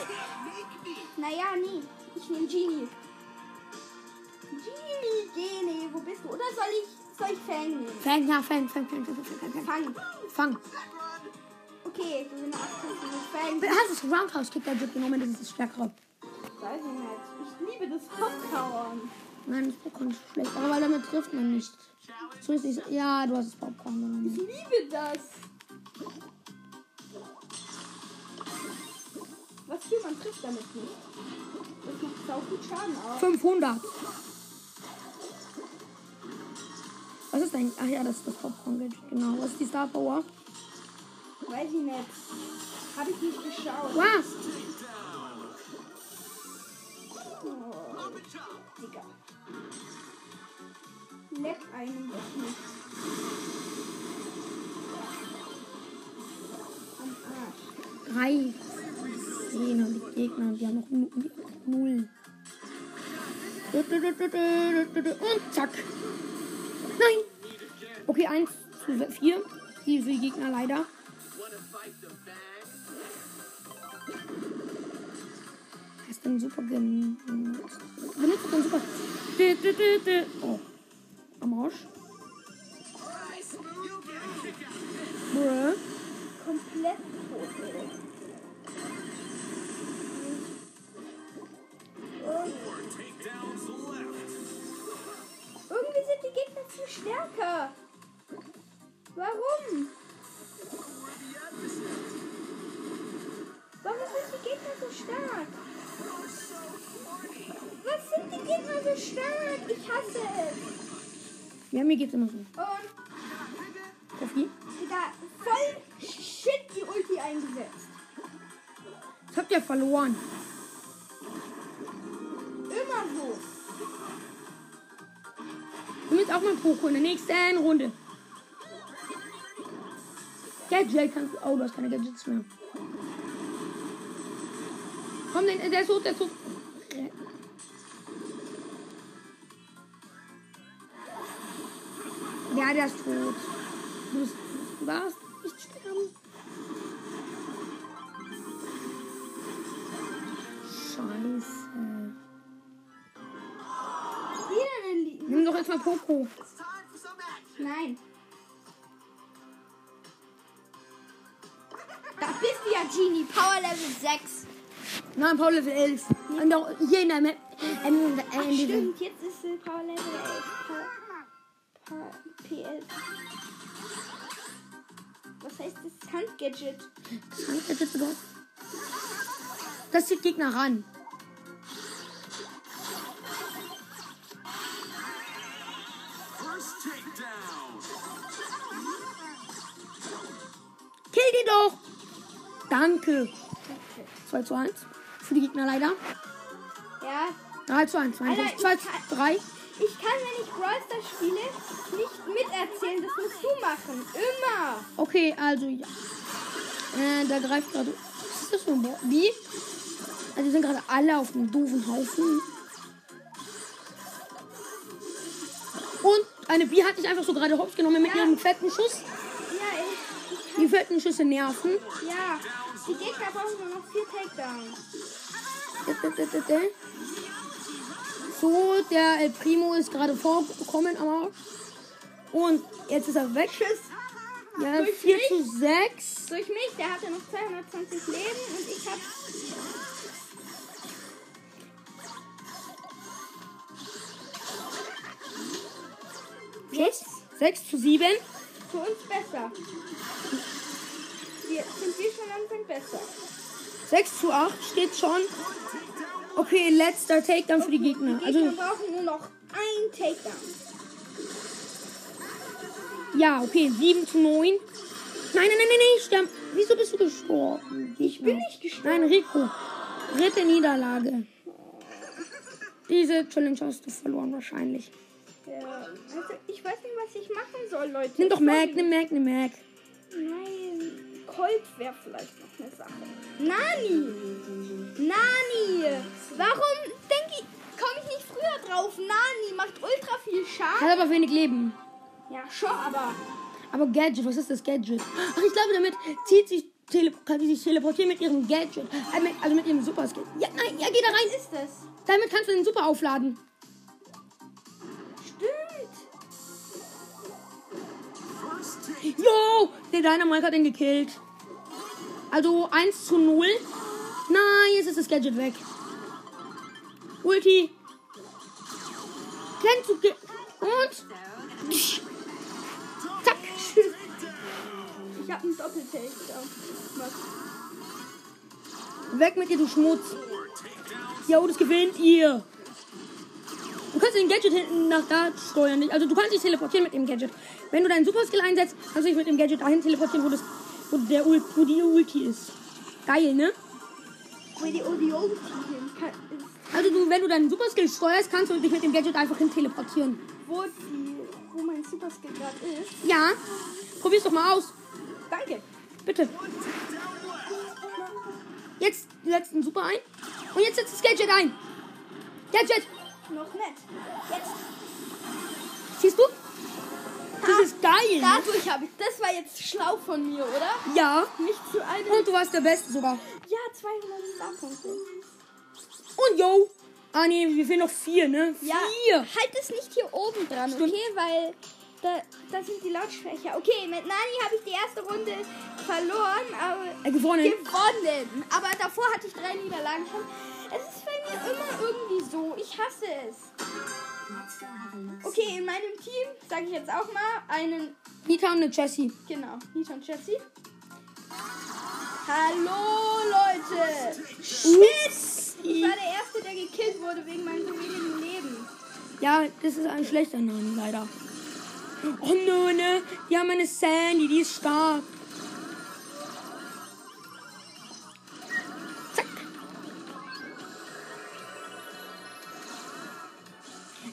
Speaker 1: Naja, nee. Ich nehme Genie. Genie, Genie, wo bist du? Oder soll ich, soll ich Fang nehmen?
Speaker 2: Fang, ja, fang, fang, fang, fang, fang, fang,
Speaker 1: Fang.
Speaker 2: fang. Fang.
Speaker 1: Okay, du bist eine 18. Fang.
Speaker 2: Hast du das Roundhouse-Kick-Gadget genommen? Das ist das Stärkere.
Speaker 1: Weiß ich nicht. Ich liebe das Popcorn.
Speaker 2: Nein, das Popcorn ist schlecht. Aber weil damit trifft man nicht. So ist nicht. Ja, du hast das Popcorn genommen.
Speaker 1: Ich liebe das. Was für man trifft damit nicht. Das macht sau gut Schaden auf.
Speaker 2: 500. Was ist eigentlich? Ach ja, das ist das Popcorn. Gadget, Genau. Was ist die Star Power?
Speaker 1: Weiß ich nicht. Habe ich nicht geschaut.
Speaker 2: Was?
Speaker 1: Digga. Leck einem doch nicht. Am Arsch.
Speaker 2: Drei. Gegner, die Gegner, die haben noch nu- null. Und zack. Nein. Okay, eins zu vier. Die für die Gegner leider. Das ist dann super genutzt. Benutzt dann super. Dü, dü, dü, dü. Oh. Am Arsch. Bruh.
Speaker 1: Komplett tot, ey. Irgendwie sind die Gegner viel stärker. Warum? Warum sind die Gegner so stark? Was sind die Gegner so stark? Ich hasse es.
Speaker 2: Ja, mir geht's immer so.
Speaker 1: Und
Speaker 2: Kofi?
Speaker 1: Digga, voll shit die Ulti eingesetzt.
Speaker 2: Das habt ihr verloren.
Speaker 1: Immer so.
Speaker 2: Du nimmst auch mal Poco in der nächsten Runde. Gadget kannst du. Oh, du hast keine Gadgets mehr. Komm, den, der ist hoch, der ist hoch. Ja, der ist tot. Du bist- du darfst nicht sterben. Scheiße.
Speaker 1: Wieder eine Li
Speaker 2: Nimm doch jetzt mal Poco.
Speaker 1: Nein. Da bist du ja, Genie. Power Level 6.
Speaker 2: Nein, Paul Level 11. Und auch hier in der Map. In, in, in diesem-
Speaker 1: Stimmt, jetzt ist sie Power Level 11. Power, PL. Was heißt das Handgadget?
Speaker 2: Das zieht Gegner ran. Kill die doch! Danke. 2 zu 1. Für die Gegner leider.
Speaker 1: Ja,
Speaker 2: 3 zu 1.
Speaker 1: Alter,
Speaker 2: 2 zu 3.
Speaker 1: ich kann, wenn ich Brawl Stars spiele, nicht miterzählen. Das musst du machen. Immer.
Speaker 2: Okay, also ja. Äh, da greift gerade. Was ist das für ein Bo- Wie? Also die sind gerade alle auf einem doofen Haufen. Und eine Bi hat dich einfach so gerade hops genommen mit
Speaker 1: Ja.
Speaker 2: ihrem fetten Schuss.
Speaker 1: Ja, ich, ich
Speaker 2: Die fetten Schüsse nerven.
Speaker 1: Ja, die Gegner brauchen nur noch vier Takedowns.
Speaker 2: Dä, dä, dä, dä, dä. So, der El Primo ist gerade vorgekommen am Arsch. Und jetzt ist er weg.
Speaker 1: Tschüss.
Speaker 2: Ja,
Speaker 1: Durch
Speaker 2: 4
Speaker 1: mich?
Speaker 2: zu 6.
Speaker 1: Durch mich, der hatte noch 220 Leben und ich hab.
Speaker 2: Jetzt 6 zu 7.
Speaker 1: Für uns besser. Wir sind wir schon am Anfang besser.
Speaker 2: 6 zu 8 steht schon. Okay, letzter Takedown für die Gegner.
Speaker 1: Die Gegner
Speaker 2: Also,
Speaker 1: brauchen nur noch ein Takedown.
Speaker 2: ja, okay, 7 zu 9. Nein, nein, nein, nein, nein, sterben. Wieso bist du gestorben? Ich bin
Speaker 1: nicht gestorben.
Speaker 2: Nein, Rico. Dritte Niederlage. Diese Challenge hast du verloren wahrscheinlich.
Speaker 1: Ja, also ich weiß nicht, was ich machen soll, Leute.
Speaker 2: Nimm doch Mac, nimm Mac, nimm Mac.
Speaker 1: Nein, Colt wäre vielleicht noch eine Sache. Nani! Nani! Warum denke ich. Komme ich nicht früher drauf? Nani macht ultra viel Schaden.
Speaker 2: Hat aber wenig Leben.
Speaker 1: Ja, schon, aber.
Speaker 2: Aber Gadget, was ist das Gadget? Ach, ich glaube, damit zieht sich tele kann sie sich teleportieren mit ihrem Gadget. Äh, mit- Also mit ihrem Super Skill. Ja, nein, ja, geh da
Speaker 1: Was
Speaker 2: rein.
Speaker 1: ist das?
Speaker 2: Damit kannst du den Super aufladen.
Speaker 1: Stimmt.
Speaker 2: Jo, der Dynamite hat ihn gekillt. Also 1 zu 0. Nein, jetzt ist das Gadget weg. Ulti. Kleinen Zug ge- und zack.
Speaker 1: Ich hab einen Doppeltake. Ja. Was?
Speaker 2: Weg mit dir, du Schmutz. Ja, das gewinnt ihr. Du kannst den Gadget hinten nach da steuern. nicht? Also du kannst dich teleportieren mit dem Gadget. Wenn du deinen Superskill einsetzt, kannst du dich mit dem Gadget dahin teleportieren, wo, das, wo, der Ul wo die Ulti ist. Geil, ne?
Speaker 1: Wenn die Odiosi hin kann, ist,
Speaker 2: Also du, wenn du deinen Superskill steuerst, kannst du dich mit dem Gadget einfach hin teleportieren.
Speaker 1: wo, die, wo mein Superskill gerade ist.
Speaker 2: Ja, probier's doch mal aus.
Speaker 1: Danke.
Speaker 2: Bitte. Jetzt die letzten Super ein. Und jetzt setzt das Gadget ein. Gadget,
Speaker 1: Noch nett. Jetzt.
Speaker 2: siehst du? Das ist geil. ne?
Speaker 1: Dadurch habe ich. Das war jetzt schlau von mir, oder?
Speaker 2: Ja.
Speaker 1: Nicht zu einem.
Speaker 2: Und du warst der Beste sogar.
Speaker 1: Ja, 200 Star-Punkte.
Speaker 2: Und yo. Ah nee, wir fehlen noch vier, ne?
Speaker 1: Ja.
Speaker 2: Vier.
Speaker 1: Halt es nicht hier oben dran, okay? Weil da, da sind die Lautsprecher. Okay, mit Nani habe ich die erste Runde verloren, aber
Speaker 2: Äh, gewonnen.
Speaker 1: gewonnen. Aber davor hatte ich drei Niederlagen schon. Es ist bei mir immer irgendwie so. Ich hasse es. Okay, in meinem Team sage ich jetzt auch mal einen
Speaker 2: Nita und eine Jessie.
Speaker 1: Genau, Nita und Jessie. Hallo Leute! Shit! Ich war der Erste, der gekillt wurde wegen meinem so wenigen Leben.
Speaker 2: Ja, das ist ein schlechter Name, leider. Oh nö, ne? Die haben eine Sandy, die ist stark. Zack.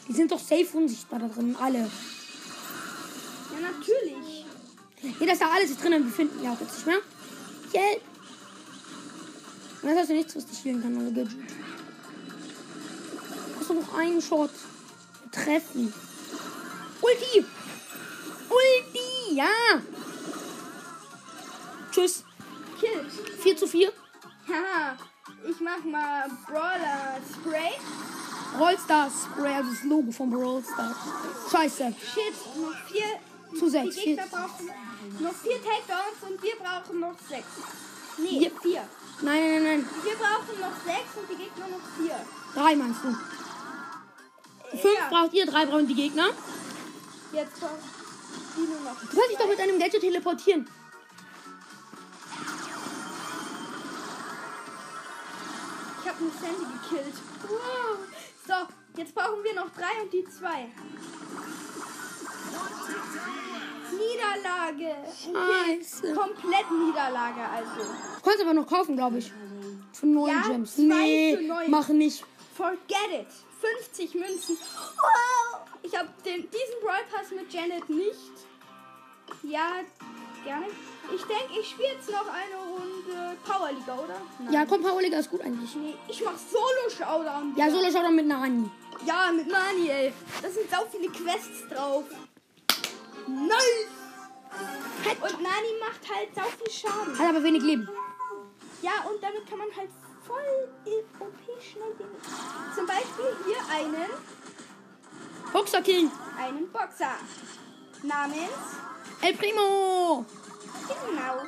Speaker 2: Die sind doch safe unsichtbar da drin, alle.
Speaker 1: Ja, natürlich.
Speaker 2: Nee, das ist ja alles ist drin, wir finden ja auch jetzt nicht mehr. Yay. Und das hast du nichts, was dich spielen kann, also Gadget. Hast du noch einen Shot. Treffen. Ulti! Ulti! Ja! Tschüss.
Speaker 1: Kill.
Speaker 2: 4 zu 4.
Speaker 1: Haha, ich mach mal Brawler Spray.
Speaker 2: Brawl Stars. Spray, also das Logo von Brawl Stars. Scheiße.
Speaker 1: Shit, noch vier.
Speaker 2: Zu sechs,
Speaker 1: Die Gegner brauchen noch vier Takedowns und wir brauchen noch sechs. Nee,
Speaker 2: Ja.
Speaker 1: vier.
Speaker 2: Nein, nein, nein, nein.
Speaker 1: Wir brauchen noch sechs und die Gegner noch vier.
Speaker 2: Drei meinst du. Fünf
Speaker 1: Ja.
Speaker 2: braucht ihr, drei brauchen die Gegner.
Speaker 1: Jetzt brauchen die nur noch.
Speaker 2: Du kannst dich doch mit einem Gadget teleportieren.
Speaker 1: Ich habe eine Sandy gekillt. Wow. So, jetzt brauchen wir noch drei und die zwei. Niederlage.
Speaker 2: Scheiße.
Speaker 1: Komplett Niederlage also.
Speaker 2: Du kannst aber noch kaufen, glaube ich. Für neun
Speaker 1: Ja,
Speaker 2: Gems.
Speaker 1: zwei
Speaker 2: Nee,
Speaker 1: für neun.
Speaker 2: mach nicht.
Speaker 1: Forget it. 50 Münzen. Wow. Ich habe den, diesen Brawl Pass mit Janet nicht. Ja, gerne. Ich denke, ich spiele jetzt noch eine Runde Power Liga, oder? Nein.
Speaker 2: Ja, komm, Paoliga ist gut eigentlich.
Speaker 1: Nee, ich mach Solo Showdown.
Speaker 2: Ja, solo schau doch mit Nani.
Speaker 1: Ja, mit Mani, ey. Da sind so viele Quests drauf. Nice! Und Nani macht halt so viel Schaden.
Speaker 2: Hat aber wenig Leben.
Speaker 1: Ja, und damit kann man halt voll im OP schnell den. Zum Beispiel hier einen,
Speaker 2: Boxer King.
Speaker 1: einen Boxer. Namens.
Speaker 2: El Primo.
Speaker 1: Genau.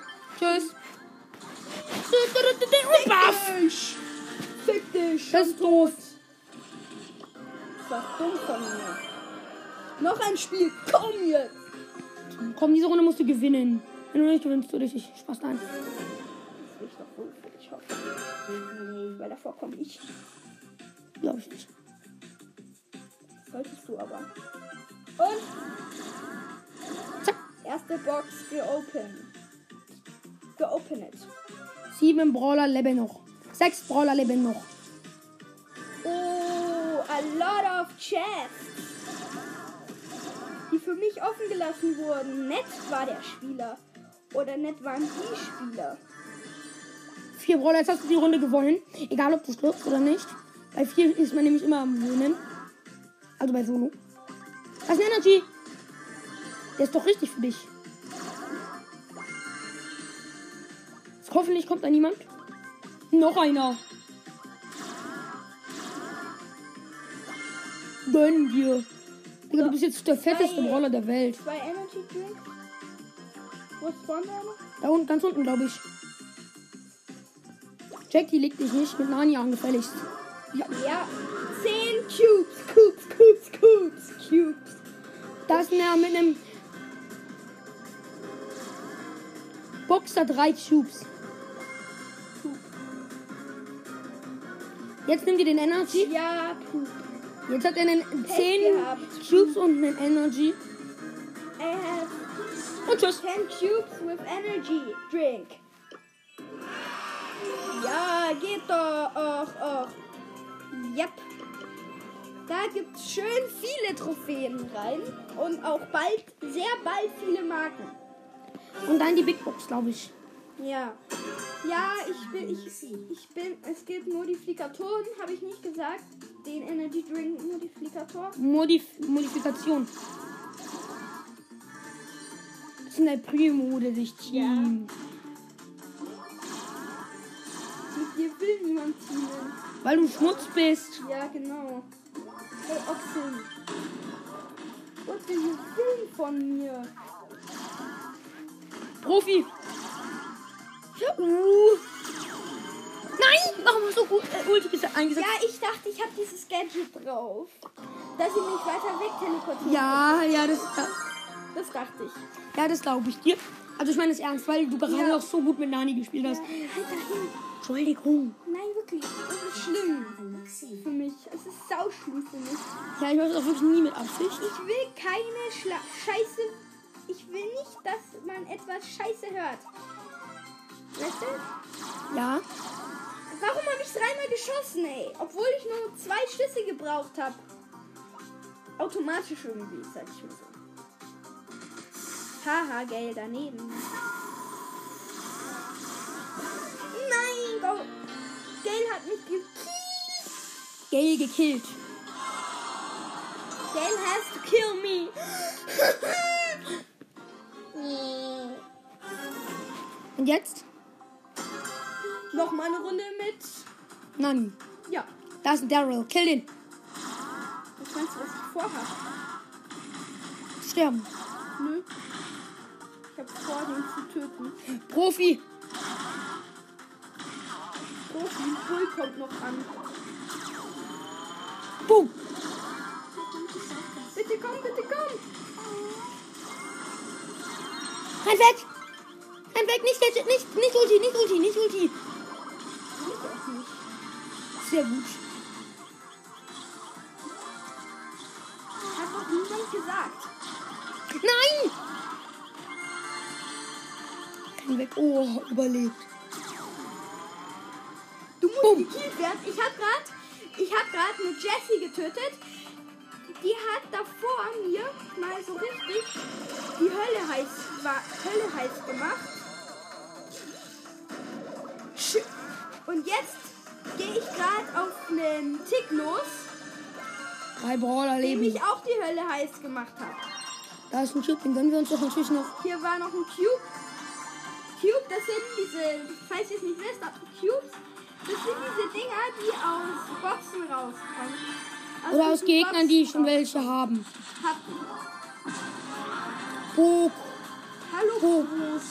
Speaker 2: Tschüss. Und baff.
Speaker 1: Ich. Fick dich.
Speaker 2: Das ist doof.
Speaker 1: Das war dumm von mir. Noch ein Spiel. Komm jetzt.
Speaker 2: Komm, diese Runde musst du gewinnen. Wenn du nicht gewinnst, du dich nicht. Spaß an.
Speaker 1: Das riecht doch wohl für dich, hoffe ich. Weil davor komme ich.
Speaker 2: Glaube ich nicht.
Speaker 1: Solltest du aber. Und
Speaker 2: Zack.
Speaker 1: Erste Box geopen. Geopen it.
Speaker 2: Sieben Brawler leben noch. Sechs Brawler leben noch.
Speaker 1: Oh, a lot of chests. Die für mich offen gelassen wurden. Nett war der Spieler. Oder nett waren die Spieler.
Speaker 2: Vier Brawler, jetzt hast du die Runde gewonnen. Egal, ob du stirbst oder nicht. Bei vier ist man nämlich immer am Gewinnen. Also bei Solo. Das ist ein Energy. Der ist doch richtig für dich. Jetzt hoffentlich kommt da niemand. Noch einer. Gönn dir. Digga, du bist jetzt der fetteste
Speaker 1: Geil.
Speaker 2: Brawler der Welt.
Speaker 1: Zwei Energy Drinks. Wo spawnt er noch?
Speaker 2: Da unten, ganz unten, glaube ich. Jackie legt dich nicht mit Nani an, gefälligst.
Speaker 1: Ja. Zehn Cubes, Cubes, Cubes,
Speaker 2: Cubes, Cubes. Da ist einer mit einem Boxer drei Cubes. Jetzt nimmt ihr den Energy.
Speaker 1: Ja, Pup.
Speaker 2: Jetzt hat er einen 10
Speaker 1: gehabt.
Speaker 2: Cubes und einen Energy.
Speaker 1: I have
Speaker 2: Und tschüss.
Speaker 1: 10 cubes with energy drink. Ja, geht doch. Och, och. Yep. Da gibt's schön viele Trophäen rein und auch bald, sehr bald viele Marken.
Speaker 2: Und dann die Big Box, glaube ich.
Speaker 1: Ja. Ja, ich bin, ich, ich bin, es gibt Modifikatoren, habe ich nicht gesagt. Den Energy Drink Modifikator.
Speaker 2: Modif Modifikation. Das ist eine Primo, der sich teamt.
Speaker 1: Mit dir will niemand teamen.
Speaker 2: Weil du Schmutz bist.
Speaker 1: Ja, genau. Hey, Ochsen. Und diese Film von mir.
Speaker 2: Profi. Uh. Nein, warum so gut äh, Ulti ist
Speaker 1: Ja,
Speaker 2: eingesetzt?
Speaker 1: ich dachte, ich habe dieses Gadget drauf. Dass sie mich weiter weg teleportieren.
Speaker 2: Ja, ja, das,
Speaker 1: Das dachte ich.
Speaker 2: ja, das glaube ich dir. Also ich meine es ernst, weil du gerade
Speaker 1: Ja.
Speaker 2: noch so gut mit Nani gespielt hast.
Speaker 1: Halt dahin.
Speaker 2: Entschuldigung.
Speaker 1: Nein, wirklich. Das ist schlimm. Für mich. Es ist sauschlimm für mich.
Speaker 2: Ja, ich mache das auch wirklich nie mit Absicht.
Speaker 1: Ich will keine Schla Scheiße. Ich will nicht, dass man etwas Scheiße hört. Weißt du?
Speaker 2: Ja.
Speaker 1: Warum habe ich dreimal geschossen, ey? Obwohl ich nur zwei Schüsse gebraucht habe. Automatisch irgendwie, sag ich mal so. Haha, geil, daneben. Nein, Go Gail hat mich gekillt.
Speaker 2: Gale gekillt.
Speaker 1: Gail has to kill me.
Speaker 2: Und jetzt?
Speaker 1: Nochmal eine Runde mit.
Speaker 2: Nani.
Speaker 1: Ja,
Speaker 2: Da ist ein Daryl. Kill den.
Speaker 1: was meinst du, was ich vorhab?
Speaker 2: Sterben.
Speaker 1: Nö. Ich hab vor, den zu töten.
Speaker 2: Profi.
Speaker 1: Oh, die Bull kommt noch an.
Speaker 2: Boom.
Speaker 1: Bitte komm, bitte komm.
Speaker 2: Renn weg. Renn weg. Nicht, Gadget, nicht, nicht Ulti, nicht Ulti, nicht Ulti. Sehr gut.
Speaker 1: Hat doch niemand gesagt.
Speaker 2: Nein! Renn weg. Oh, überlebt.
Speaker 1: Du musst
Speaker 2: Bumm.
Speaker 1: gekillt werden. Ich hab grad, ich hab grad eine Jessie getötet. Die hat davor mir mal so richtig die Hölle heiß, war, Hölle heiß gemacht. Sch- Und jetzt gehe ich gerade auf einen Tick los,
Speaker 2: Drei Brawler
Speaker 1: dem
Speaker 2: leben.
Speaker 1: ich auch die Hölle heiß gemacht habe.
Speaker 2: Da ist ein Chip, den gönnen wir uns doch natürlich noch.
Speaker 1: Hier war noch ein Cube. Cube, das sind diese, falls ihr es nicht wisst, Cubes, das sind diese Dinger, die aus Boxen rauskommen.
Speaker 2: Oder aus
Speaker 1: diesen
Speaker 2: Gegnern, die schon
Speaker 1: Boxen
Speaker 2: welche haben.
Speaker 1: hatten.
Speaker 2: Pok.
Speaker 1: Hallo,
Speaker 2: Oh.
Speaker 1: Bruce.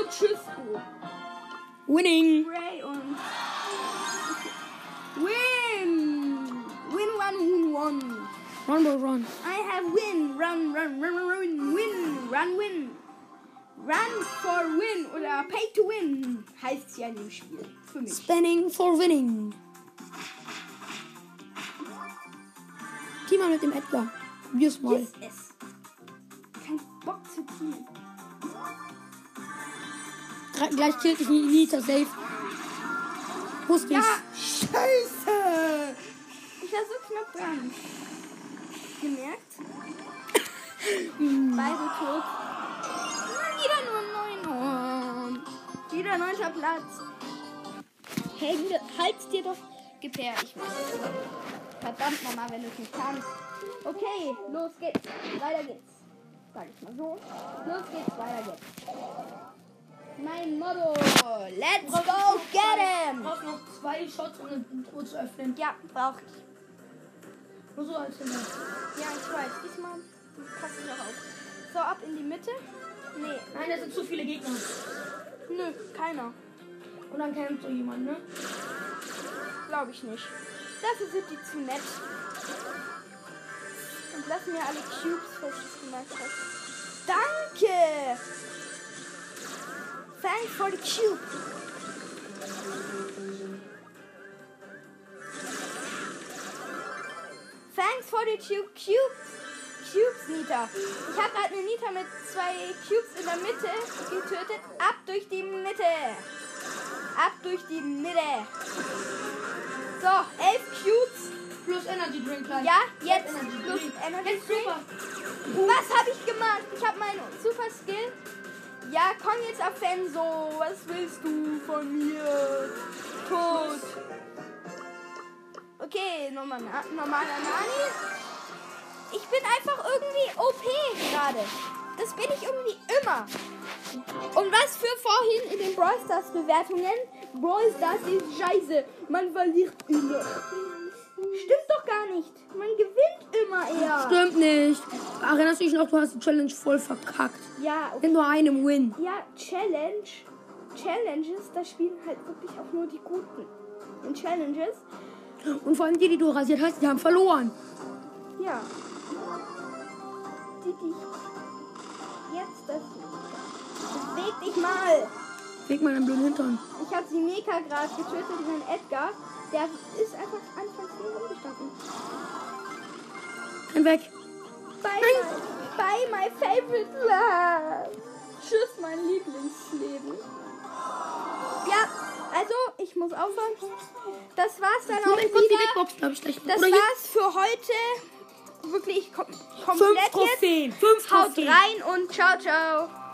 Speaker 1: Und tschüss, du.
Speaker 2: Winning.
Speaker 1: Ray und... Win! Win, one, win, one.
Speaker 2: Run, boy, run.
Speaker 1: I have win, run, run, run, run, run, win, run, win. Run for win oder pay to win heißt es ja in dem Spiel. Für mich.
Speaker 2: Spanning for winning. Geh mal mit dem Edgar. Probier's mal.
Speaker 1: Ist es. Kein Bock zu ziehen.
Speaker 2: Gra- Gleich killt dich Nita safe. Wusste
Speaker 1: Ja,
Speaker 2: ich's.
Speaker 1: scheiße. Ich war so knapp dran. Gemerkt? Beide tot. Wieder nur neun. Oh. Wieder neunter Platz.
Speaker 6: Hände, halt's dir doch gefährlich.
Speaker 1: Verdammt nochmal, wenn du es nicht kannst. Okay, los geht's. Weiter geht's. Sag ich mal so. Los geht's, weiter geht's. Mein Motto. Let's go get him.
Speaker 7: brauchst noch zwei Shots, um den Tor zu öffnen.
Speaker 1: Ja, brauch ich.
Speaker 7: Nur so als Hinweis.
Speaker 1: Ja, ich weiß. Diesmal passe ich auch auf. So, ab in die Mitte. Nee,
Speaker 7: Nein, das sind zu viele Gegner.
Speaker 1: nö, keiner.
Speaker 7: Und dann kämpft so jemand, ne?
Speaker 1: Glaube ich nicht. Dafür sind die zu nett. und lass mir alle Cubes fest, die du gemacht hast. Danke! Thanks for the Cube! Thanks for the Cube, Cube, Cubes, Nita. Ich habe gerade eine Nita mit zwei Cubes in der Mitte getötet. Ab durch die Mitte! Ab durch die Mitte! So, elf Cubes.
Speaker 2: Plus Energy Drink gleich.
Speaker 1: Ja, jetzt plus Energy Drink. Was habe ich gemacht? Ich habe meinen Super Skill. Ja, komm jetzt auf Fenso. Was willst du von mir? Tot. Okay, normal, normaler Nani. Ich bin einfach irgendwie OP gerade. Das bin ich irgendwie immer. Und was für vorhin in den Brawl Stars Bewertungen? Brawl Stars ist scheiße. Man verliert immer. Stimmt doch gar nicht. Man gewinnt immer eher.
Speaker 3: Stimmt nicht. Erinnerst du dich noch, du hast die Challenge voll verkackt.
Speaker 1: Ja, okay.
Speaker 3: Mit nur einem Win.
Speaker 1: ja, Challenge. Challenges, da spielen halt wirklich auch nur die Guten. In Challenges,
Speaker 3: Und vor allem die, die du rasiert hast, die haben verloren.
Speaker 1: ja. Die, die jetzt das Beweg dich mal!
Speaker 3: Leg mal deinen blöden Hintern.
Speaker 1: Ich habe sie mega gerade getötet, meinen Edgar. Der ist einfach anfangs nur rumgestanden.
Speaker 3: Renn weg.
Speaker 1: Bye, my, bye, my favorite love. Tschüss, mein Lieblingsleben. Ja, also, ich muss aufhören. Das war's dann auch
Speaker 3: Moment, kurz die Big
Speaker 1: wieder.
Speaker 3: Box, glaube ich, gleich.
Speaker 1: Das
Speaker 3: Oder hier.
Speaker 1: war's für heute. Wirklich kom
Speaker 3: Fünf
Speaker 1: komplett jetzt.
Speaker 3: Trophäen. Fünf
Speaker 1: Haut
Speaker 3: Trophäen.
Speaker 1: rein und ciao, ciao.